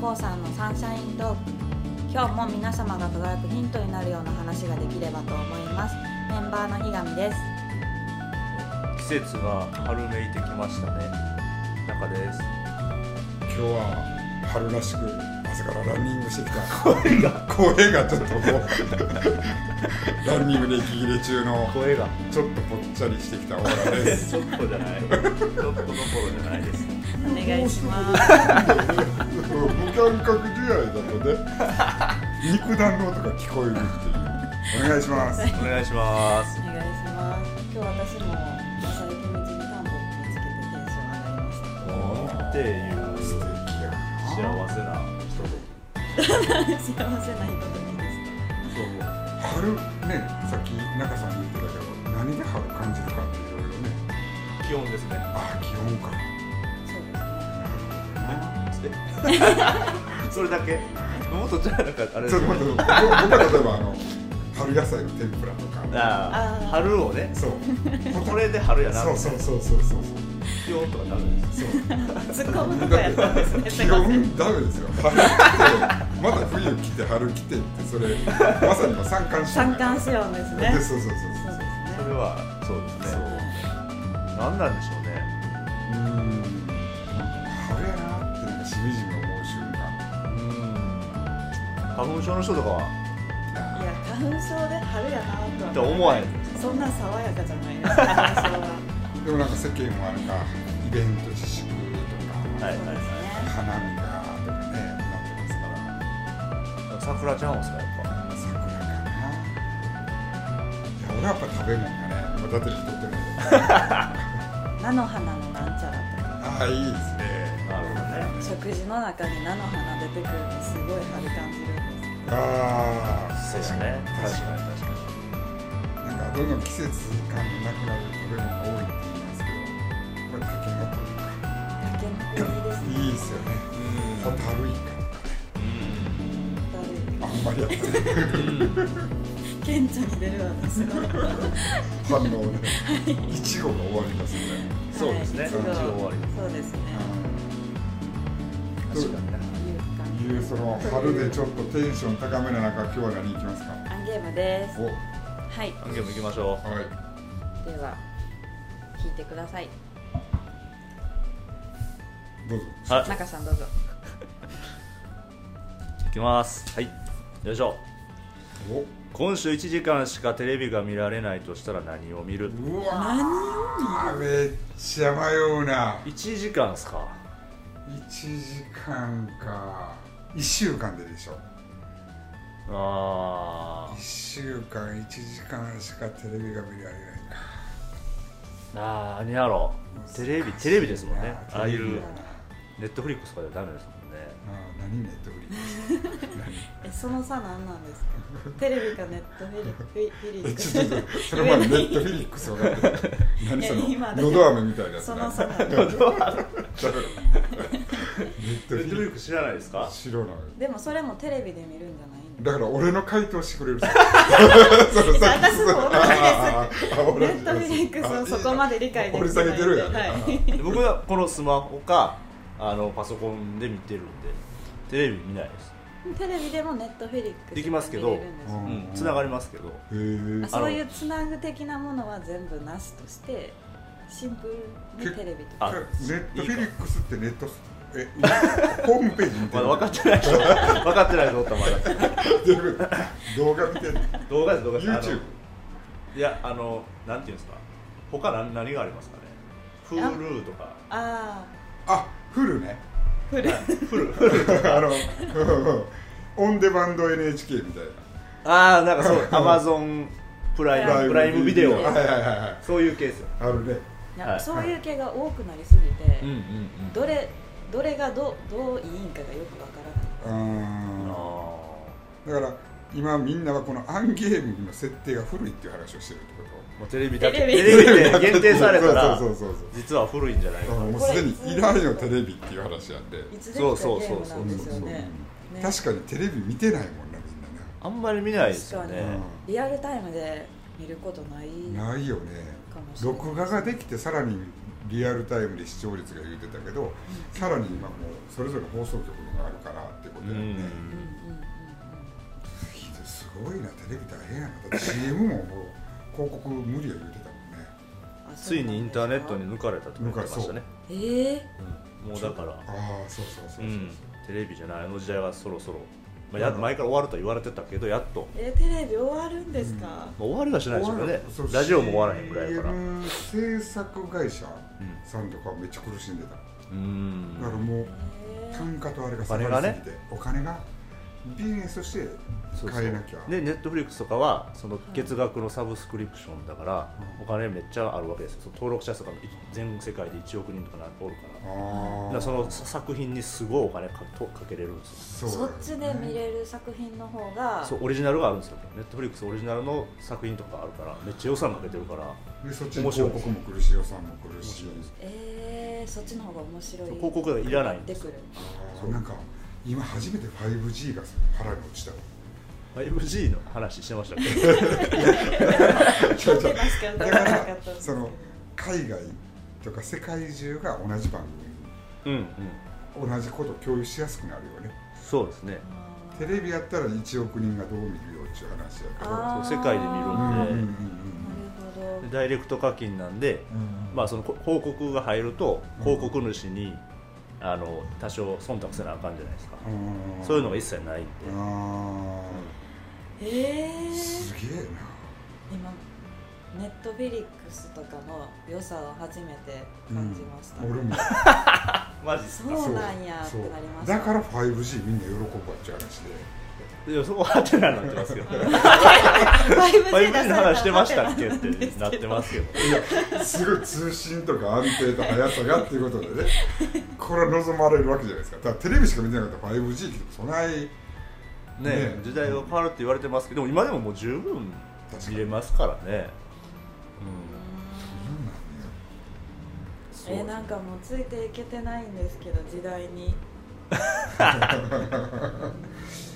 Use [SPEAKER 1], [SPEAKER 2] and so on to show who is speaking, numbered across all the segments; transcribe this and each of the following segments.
[SPEAKER 1] サンシャイントーク今日も皆様が輝くヒントになるような話ができればと思いますメンバーの日上です
[SPEAKER 2] 季節が春めいてきましたね中です
[SPEAKER 3] 今日は春らしく朝からランニングしてきた声がちょっとも うランニングで息切れ中の
[SPEAKER 2] 声が
[SPEAKER 3] ちょっとぽっちゃりしてきたオーラです
[SPEAKER 2] ちょっとじゃ ないちょっとどころじゃないです
[SPEAKER 1] お願いします
[SPEAKER 3] 無感覚試合だとね肉弾の音が聞こえるっていうお願いします
[SPEAKER 2] お願いします
[SPEAKER 1] お願いします今日私も最近の地味たんぼ見つけてテンション上がりました
[SPEAKER 2] っていう
[SPEAKER 3] 素敵や
[SPEAKER 2] 幸せな人で
[SPEAKER 1] 幸せなひとときです
[SPEAKER 3] そう春ねさっき中さん言ってたけど何で春感じるかっていろいろね
[SPEAKER 2] 気温ですね
[SPEAKER 3] ああ気温か
[SPEAKER 1] そうですね
[SPEAKER 2] え それだけもっとじゃなかったあれ
[SPEAKER 3] ちょっと待って僕僕は例えばあの春野菜の天ぷらとか
[SPEAKER 2] あ
[SPEAKER 1] あー
[SPEAKER 2] あ春をね
[SPEAKER 3] そう。
[SPEAKER 2] これで春やな
[SPEAKER 3] そうそうそうそうそう
[SPEAKER 2] 気温とかダメです
[SPEAKER 3] そう。
[SPEAKER 1] 突っ込むとこやったんですねすい
[SPEAKER 3] 気
[SPEAKER 1] ません
[SPEAKER 3] 温ダメですよ。春ってまだ冬来て春来てってそれまさに今三寒四温
[SPEAKER 1] 三寒四温ですね
[SPEAKER 3] でそうそう
[SPEAKER 1] そうです
[SPEAKER 3] そう
[SPEAKER 2] そ
[SPEAKER 1] ね
[SPEAKER 2] れはそうです
[SPEAKER 3] そう。
[SPEAKER 2] ね何なんでしょうね
[SPEAKER 3] うーん。春やなってなんかしみじみ思う瞬間。
[SPEAKER 2] 花粉症の人とかはい
[SPEAKER 1] や花粉症で春やなとは
[SPEAKER 2] って思わへん
[SPEAKER 1] そんな爽やかじゃないです花粉症は
[SPEAKER 3] でもなんか世間はなんかイベント自粛とか、
[SPEAKER 2] はい
[SPEAKER 1] そう
[SPEAKER 2] はい
[SPEAKER 1] です
[SPEAKER 2] はい
[SPEAKER 1] ね
[SPEAKER 3] 花見がとかねなってますか
[SPEAKER 2] 桜
[SPEAKER 3] ら。
[SPEAKER 2] ちゃうんですかやっぱ
[SPEAKER 3] 桜かな。いや俺はやっぱ食べ物がね。まあだって人っ ても。
[SPEAKER 1] 菜の花のなんちゃらとか
[SPEAKER 3] ああいいですね。
[SPEAKER 2] なるほどね
[SPEAKER 1] 食事の中に菜の花出てくるとすごい春感じるんです
[SPEAKER 3] ああ、
[SPEAKER 2] そうですね確
[SPEAKER 3] 確か
[SPEAKER 2] かに確かに
[SPEAKER 3] に。なんかどんどん季節感がなくなる食べ物が多いって言いますけど、これタケノコとか
[SPEAKER 1] タケノコいいですね
[SPEAKER 3] いいですよね。ホタルイカあんまりやってない
[SPEAKER 1] 顕著に出る私の
[SPEAKER 3] 反応ね。いちごが終わりますね。
[SPEAKER 2] そうですね
[SPEAKER 1] はいすごい
[SPEAKER 2] 一応終わり
[SPEAKER 1] そうですね
[SPEAKER 2] 確かにね
[SPEAKER 3] うんいうその春でちょっとテンション高めな中今日は何行きますか。
[SPEAKER 1] アンゲームです
[SPEAKER 3] お、
[SPEAKER 1] はい
[SPEAKER 2] アンケート行きましょ
[SPEAKER 3] はい。
[SPEAKER 1] では聞いてください
[SPEAKER 3] どうぞ。
[SPEAKER 2] うはい
[SPEAKER 1] 中さんどうぞ
[SPEAKER 2] 行きますはいよいしょ
[SPEAKER 3] お、
[SPEAKER 2] 今週1時間しかテレビが見られないとしたら何を見る
[SPEAKER 3] うわー。めっちゃ迷うな。
[SPEAKER 2] 1時間ですか
[SPEAKER 3] 1時間か1週間ででしょ
[SPEAKER 2] あ
[SPEAKER 3] 1週間1時間しかテレビが見られないか
[SPEAKER 2] ーあー何やろうテレビテレビですもんね
[SPEAKER 3] テレビ
[SPEAKER 2] ああいう
[SPEAKER 3] だな
[SPEAKER 2] ネットフリックスとかではダメですもんね
[SPEAKER 3] あー何ネットフリ
[SPEAKER 1] えその差何なんですかテレビかネットフィリフィリック
[SPEAKER 3] ック
[SPEAKER 1] ス
[SPEAKER 3] スちょっと待ってそれまでネットフリックス分かってる何そ
[SPEAKER 1] いや今だ
[SPEAKER 3] の
[SPEAKER 1] け
[SPEAKER 3] のど飴みたいなやつ
[SPEAKER 1] そ
[SPEAKER 3] だ
[SPEAKER 1] の
[SPEAKER 3] ネ
[SPEAKER 1] 差
[SPEAKER 3] ッ
[SPEAKER 1] なんです
[SPEAKER 3] ト
[SPEAKER 2] ネ
[SPEAKER 3] フ
[SPEAKER 2] ットフ
[SPEAKER 3] リ
[SPEAKER 2] リ
[SPEAKER 3] ッ
[SPEAKER 2] ッ
[SPEAKER 3] ク
[SPEAKER 2] クス知らないですか
[SPEAKER 3] ス知らない
[SPEAKER 1] でもそれもテレビで見るんじゃないんで
[SPEAKER 3] だから俺の回答してくれる
[SPEAKER 1] すか私も同じです
[SPEAKER 3] 同
[SPEAKER 1] ネットフリックスをそこまで理解できて
[SPEAKER 3] 掘り
[SPEAKER 1] な
[SPEAKER 3] 下
[SPEAKER 1] い
[SPEAKER 3] げてるやん
[SPEAKER 1] はい、
[SPEAKER 2] で僕はこのスマホかあのパソコンで見てるんでテレビ見ないです
[SPEAKER 1] テレビでもネットフェリックス
[SPEAKER 2] できますけど
[SPEAKER 1] 見れるんですね
[SPEAKER 3] うん
[SPEAKER 2] うんつながりますけど
[SPEAKER 3] へー
[SPEAKER 1] あそういうつなぐ的なものは全部なしとしてシンプルにテレビと
[SPEAKER 2] あ
[SPEAKER 1] か
[SPEAKER 3] ネットフィリックスってネットえホームページみた
[SPEAKER 2] まだ分
[SPEAKER 3] いな
[SPEAKER 2] かってない人 分かってない人おったらまだ
[SPEAKER 3] どういうこと動画見てる
[SPEAKER 2] 動画です動画ですあの
[SPEAKER 3] YouTube
[SPEAKER 2] いやあのなんていうんですか他何何がありますかね Hulu とか
[SPEAKER 1] あ
[SPEAKER 3] あフルね
[SPEAKER 1] ーフル
[SPEAKER 3] あのうんうんオンデマンド NHK みたい
[SPEAKER 2] ああなんかそう Amazon プライ
[SPEAKER 3] な
[SPEAKER 2] ムプライムビデオ
[SPEAKER 3] はいはいはいはい
[SPEAKER 2] そういうケースよ
[SPEAKER 3] あるね
[SPEAKER 1] な
[SPEAKER 2] はい
[SPEAKER 1] そういう系が多くなりすぎて、
[SPEAKER 2] うんうんうん
[SPEAKER 1] どれどれがどどういいんかがよくわからな
[SPEAKER 3] うー
[SPEAKER 2] あ
[SPEAKER 3] んだから今みんなはこのアンゲームの設定が古いっていう話をしてるってこ
[SPEAKER 2] ーもうテレビだけ
[SPEAKER 1] テ
[SPEAKER 2] テ
[SPEAKER 1] レビ
[SPEAKER 2] レビ
[SPEAKER 3] と
[SPEAKER 2] で限定されたら
[SPEAKER 3] そうそうそうそう
[SPEAKER 2] 実は古いんじゃない
[SPEAKER 3] だ
[SPEAKER 2] か
[SPEAKER 3] から
[SPEAKER 2] な
[SPEAKER 3] もうすでにいらんよテレビっていう話やって
[SPEAKER 1] いいつできたゲームな
[SPEAKER 2] そ
[SPEAKER 1] ん
[SPEAKER 2] う
[SPEAKER 1] で
[SPEAKER 2] です
[SPEAKER 1] よねね
[SPEAKER 3] 確かにテレビ見てないもんなみんなな
[SPEAKER 2] あんまり見ないですよ
[SPEAKER 1] 確
[SPEAKER 2] ね
[SPEAKER 1] リアルタイムで見ることない
[SPEAKER 3] ないよね
[SPEAKER 1] かもしれない
[SPEAKER 3] 録画ができてさらにリアルタイムで視聴率が言うてたけどさらに今もうそれぞれ放送局があるからってことだよね
[SPEAKER 1] うんうんうん
[SPEAKER 3] すごいなテレビ大変やなだって CM ももう広告無理や言うてたもんね
[SPEAKER 1] うんあ
[SPEAKER 2] ついにインターネットに抜かれたと言ってましたね、
[SPEAKER 1] ええ
[SPEAKER 2] うんもうだから
[SPEAKER 3] ああそうそうそうそう、
[SPEAKER 2] うん、テレビじゃないあの時代はそろそろ、まあ、や前から終わるとは言われてたけどやっと、ま
[SPEAKER 1] えテレビ終わるんですか、
[SPEAKER 2] あ、終わりはしないですよね
[SPEAKER 3] そう
[SPEAKER 2] ラジオも終わらへんぐらいやからう
[SPEAKER 3] CM 制作会社
[SPEAKER 2] ん
[SPEAKER 3] さんとかめっちゃ苦しんでた、
[SPEAKER 2] うん
[SPEAKER 3] だからもう
[SPEAKER 1] えー
[SPEAKER 3] 単価とあれが下
[SPEAKER 2] お金
[SPEAKER 3] が
[SPEAKER 2] が
[SPEAKER 3] りす
[SPEAKER 2] ね
[SPEAKER 3] ぎてお金がビジネスとして
[SPEAKER 2] そうそう
[SPEAKER 3] 変えなきゃ
[SPEAKER 2] でネットフリックスとかはその月額のサブスクリプションだから、お金めっちゃあるわけですよその登録者数がい全世界で1億人とかなおるからだ
[SPEAKER 3] あ
[SPEAKER 2] からその作品にすごいお金かとかけれるんですよ
[SPEAKER 3] そ
[SPEAKER 1] そっ
[SPEAKER 3] だ
[SPEAKER 1] ち
[SPEAKER 3] よ
[SPEAKER 1] で
[SPEAKER 3] ね
[SPEAKER 1] 見れる作品の方が
[SPEAKER 2] そうオリジナルがあるんですよネットフリックスオリジナルの作品とかあるからめっちゃ予算かけてるから
[SPEAKER 3] でそっちに
[SPEAKER 2] 面白い
[SPEAKER 3] 広告も来るし予算も来るし
[SPEAKER 2] 面白いです
[SPEAKER 1] えー、そっちの方が面白い
[SPEAKER 2] 広告がいらないん
[SPEAKER 1] 出て
[SPEAKER 2] です
[SPEAKER 1] く
[SPEAKER 2] よ
[SPEAKER 1] る
[SPEAKER 3] あーなんか今初めて 5G が腹に落ちた わ
[SPEAKER 2] 5G の話してましたけど
[SPEAKER 1] 撮ってますけど撮ってなかったんです
[SPEAKER 3] だからそ
[SPEAKER 1] けど
[SPEAKER 3] の海外とか世界中が同じ番
[SPEAKER 2] うんうん
[SPEAKER 3] 組同じことを共有しやすくなるよね
[SPEAKER 2] そうですね
[SPEAKER 1] あ
[SPEAKER 3] テレビやったら1億人がどう見るよっていう話やけど
[SPEAKER 1] あー
[SPEAKER 2] そう世界で見る
[SPEAKER 3] うんうん
[SPEAKER 2] ん
[SPEAKER 3] うん
[SPEAKER 1] ー
[SPEAKER 2] で,で、
[SPEAKER 1] なるほど
[SPEAKER 2] ダイレクト課金なんで、
[SPEAKER 3] うんうん
[SPEAKER 2] まあ、そのこ広告が入ると広告主に、あの多少忖度せなあかんじゃないですか、
[SPEAKER 3] うん
[SPEAKER 2] そういうのが一切ないんで、
[SPEAKER 3] あ
[SPEAKER 1] え
[SPEAKER 3] ー
[SPEAKER 1] ー
[SPEAKER 3] す、げえな
[SPEAKER 1] 今ネットフィリックスとかの良さを初めて感じました、
[SPEAKER 3] うん俺も
[SPEAKER 2] マジっ
[SPEAKER 1] そうなんやって
[SPEAKER 3] そう
[SPEAKER 1] なりました
[SPEAKER 3] だから 5G みんな喜ぶわっていう話で
[SPEAKER 2] いやそこはてなになってま すけど
[SPEAKER 1] 5G
[SPEAKER 2] 5G
[SPEAKER 1] の
[SPEAKER 2] の話してましたっけ
[SPEAKER 1] なんです
[SPEAKER 2] ってなってますけど
[SPEAKER 3] いやすごい通信とか安定と速さがっていうこと でねこれは望まれるわけじゃないですかだからテレビしか見てなかったら 5G って備え
[SPEAKER 2] ね
[SPEAKER 3] ね
[SPEAKER 2] 時代は変わるって言われてますけどでも今でももう十分見れますからね
[SPEAKER 1] えなんかもうついていけてないんですけど時代に
[SPEAKER 2] うん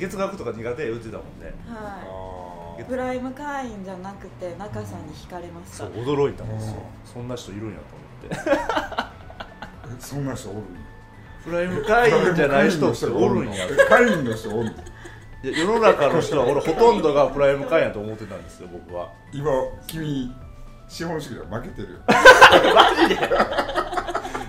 [SPEAKER 2] 月額とか苦手言ってたもんね
[SPEAKER 1] は
[SPEAKER 3] あ
[SPEAKER 1] い
[SPEAKER 3] ー
[SPEAKER 1] プライム会員じゃなくて中さんに惹かれました
[SPEAKER 2] そう驚いたんですよ
[SPEAKER 3] う
[SPEAKER 2] そんな人いるんやと思って
[SPEAKER 3] えそんな人おるん
[SPEAKER 2] プライム会員じゃない人っておるんや
[SPEAKER 3] え会員の人おるの
[SPEAKER 2] いや世の中の人は俺ほとんどがプライム会員やと思ってたんですよ僕は
[SPEAKER 3] 今君資本主義では負けてるよ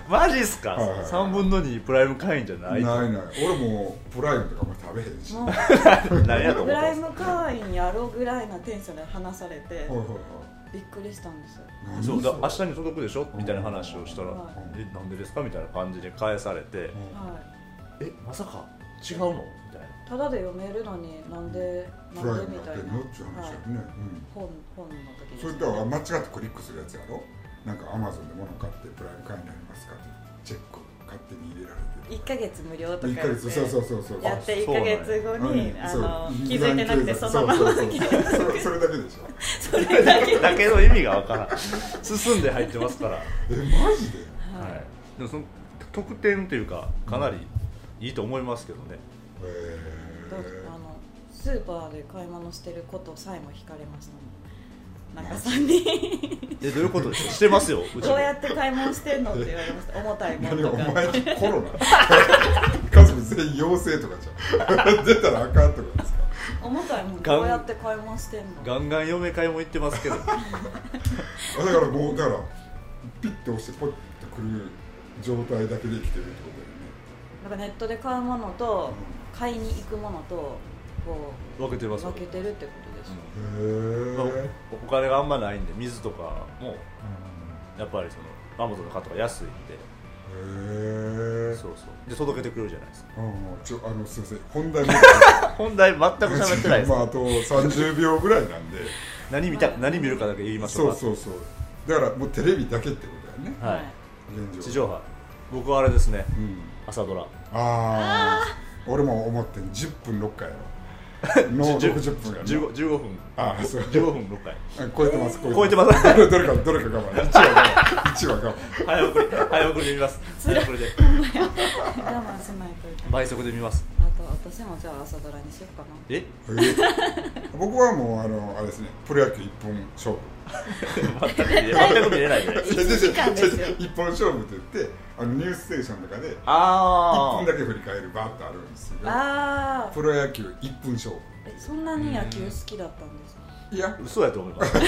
[SPEAKER 2] マジっすか、
[SPEAKER 3] はいはいはい
[SPEAKER 2] 3分の2プライム会員じゃ ない
[SPEAKER 3] ないない俺もプライムとかも食べへんし、
[SPEAKER 1] もう
[SPEAKER 2] 何やと
[SPEAKER 1] プ
[SPEAKER 2] 思っ
[SPEAKER 1] ラ
[SPEAKER 2] た
[SPEAKER 1] イ
[SPEAKER 2] んです
[SPEAKER 1] ム
[SPEAKER 2] か
[SPEAKER 1] 会員やろうぐらいなテンションで話されて
[SPEAKER 3] ほいほいほい
[SPEAKER 1] びっくりしたんですよ
[SPEAKER 3] 何
[SPEAKER 2] そうだ明
[SPEAKER 3] れ
[SPEAKER 2] 日に届くでしょみたいな話をしたら
[SPEAKER 1] は
[SPEAKER 2] 「えなんでですか?」みたいな感じで返されて
[SPEAKER 3] うん
[SPEAKER 1] はい
[SPEAKER 2] 「えまさか違うの?」みたいな
[SPEAKER 1] ただで読めるのになんでな
[SPEAKER 3] プラ
[SPEAKER 1] ん
[SPEAKER 3] イ
[SPEAKER 1] で
[SPEAKER 3] ム
[SPEAKER 1] み
[SPEAKER 3] やったて
[SPEAKER 1] い
[SPEAKER 3] ん
[SPEAKER 1] な
[SPEAKER 3] のっていう話
[SPEAKER 1] は
[SPEAKER 3] や
[SPEAKER 1] い
[SPEAKER 3] ね、うん
[SPEAKER 1] 本本の時に
[SPEAKER 3] それとは間違ってクリックするやつやろなんかアマゾンで物買ってプライム会員になりますかってチェック勝手に入れられて
[SPEAKER 1] 1ヶ月無料とか
[SPEAKER 3] 1
[SPEAKER 1] や
[SPEAKER 3] ヶ
[SPEAKER 1] って
[SPEAKER 3] 月そうそうそうそう
[SPEAKER 1] やって1
[SPEAKER 2] そうなんや
[SPEAKER 1] ヶ月後に、
[SPEAKER 3] うん
[SPEAKER 1] あ
[SPEAKER 3] そう
[SPEAKER 1] の気づいてなくてそのまま
[SPEAKER 3] そうそうそうそれそれだけでしょ
[SPEAKER 1] それ だ け
[SPEAKER 2] だけど意味がわからん進んで入ってますから、は
[SPEAKER 3] えマジで
[SPEAKER 1] はい
[SPEAKER 2] い、でもその特典というかかなりいいと思いますけどね、
[SPEAKER 3] え
[SPEAKER 1] どうあのスーパーで買い物してることさえも惹かれましたもん中さんに
[SPEAKER 2] えどういうことですかしてますようちも
[SPEAKER 1] どうやって買い物してんのって言われました重たい
[SPEAKER 3] ー、
[SPEAKER 1] も
[SPEAKER 3] 何
[SPEAKER 1] の
[SPEAKER 3] が
[SPEAKER 1] と
[SPEAKER 3] お
[SPEAKER 1] か
[SPEAKER 3] 前コロナ 家族全員陽性とかじゃん 出たらあかんとかですか
[SPEAKER 1] 重たいものどうやって買い物してんの
[SPEAKER 2] ガンガン嫁会も行ってますけど
[SPEAKER 3] あだからもうだからピッて押してポッてくる状態だけで生きてるってこと
[SPEAKER 1] な
[SPEAKER 3] だよね
[SPEAKER 1] んかネットで買うものと買いに行くものとこ
[SPEAKER 2] 分けて
[SPEAKER 1] う
[SPEAKER 2] ます
[SPEAKER 1] 分
[SPEAKER 2] よ
[SPEAKER 1] けてるってことですよ、
[SPEAKER 2] う
[SPEAKER 3] へ
[SPEAKER 2] ん
[SPEAKER 3] ー
[SPEAKER 2] まあおお金があんまないんで水とかもやっぱりそのアマゾンの買った方が安いんで
[SPEAKER 3] へえ
[SPEAKER 2] そうそうで届けてくれるじゃないですか
[SPEAKER 3] うんちょあのすいません本題も
[SPEAKER 2] 本題全く喋ってないです
[SPEAKER 3] まああと30秒ぐらいなんで
[SPEAKER 2] 何見た何見るかだけ言いましょ
[SPEAKER 3] そうう
[SPEAKER 2] か
[SPEAKER 3] そうそうだからもうテレビだけってことだよね
[SPEAKER 2] はい
[SPEAKER 3] 現状
[SPEAKER 2] 地上波僕はあれですね
[SPEAKER 3] うん
[SPEAKER 2] 朝ドラ
[SPEAKER 3] ああ俺も思ってん10分6回や ろの
[SPEAKER 2] じゅ
[SPEAKER 3] 60分が
[SPEAKER 2] 15 15分
[SPEAKER 3] あーそう
[SPEAKER 2] 15分6回
[SPEAKER 3] あ超えてます
[SPEAKER 2] 超えてます
[SPEAKER 3] どれどれかどれか我慢一話我 慢一話我慢
[SPEAKER 2] 早 送り早送りで見ます早送りで
[SPEAKER 1] 我慢しないといけない
[SPEAKER 2] 倍速で見ます
[SPEAKER 1] あと私もじゃあ朝ドラにしようかな
[SPEAKER 2] え
[SPEAKER 3] えー 僕はもうあのあれですねプロ野球一本勝負
[SPEAKER 2] 全く見れ全く見れない ね
[SPEAKER 1] 一時間ですよ
[SPEAKER 3] 一本勝負って言ってあのニュースステーションとかで一
[SPEAKER 2] あ
[SPEAKER 3] 本だ
[SPEAKER 2] あ
[SPEAKER 3] け振り返るバーッとあるんですけど
[SPEAKER 1] ああ
[SPEAKER 3] プロ野球一分勝負
[SPEAKER 1] えそんなに野球好きだったんですか
[SPEAKER 3] いや
[SPEAKER 2] 嘘やと思います
[SPEAKER 3] 1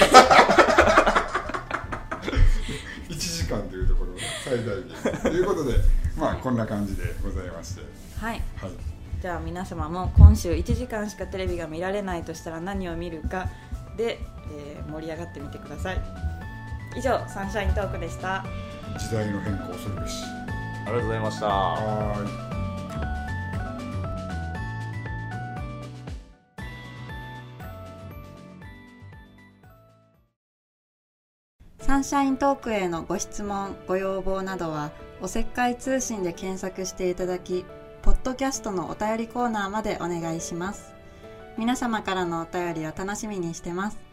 [SPEAKER 3] 時間というところを最大限ということでまあこんな感じでございまして
[SPEAKER 1] はい
[SPEAKER 3] はい
[SPEAKER 1] じゃあ皆様も今週1時間しかテレビが見られないとしたら何を見るかで、えー盛り上がってみてください以上サンシャイントークでした
[SPEAKER 3] 時代の変化を恐るべし
[SPEAKER 2] ありがとうございました
[SPEAKER 3] はーい
[SPEAKER 1] サンシャイントークへのご質問ご要望などはおせっかい通信で検索していただきポッドキャストのお便りコーナーまでお願いします皆様からのお便りを楽しみにしてます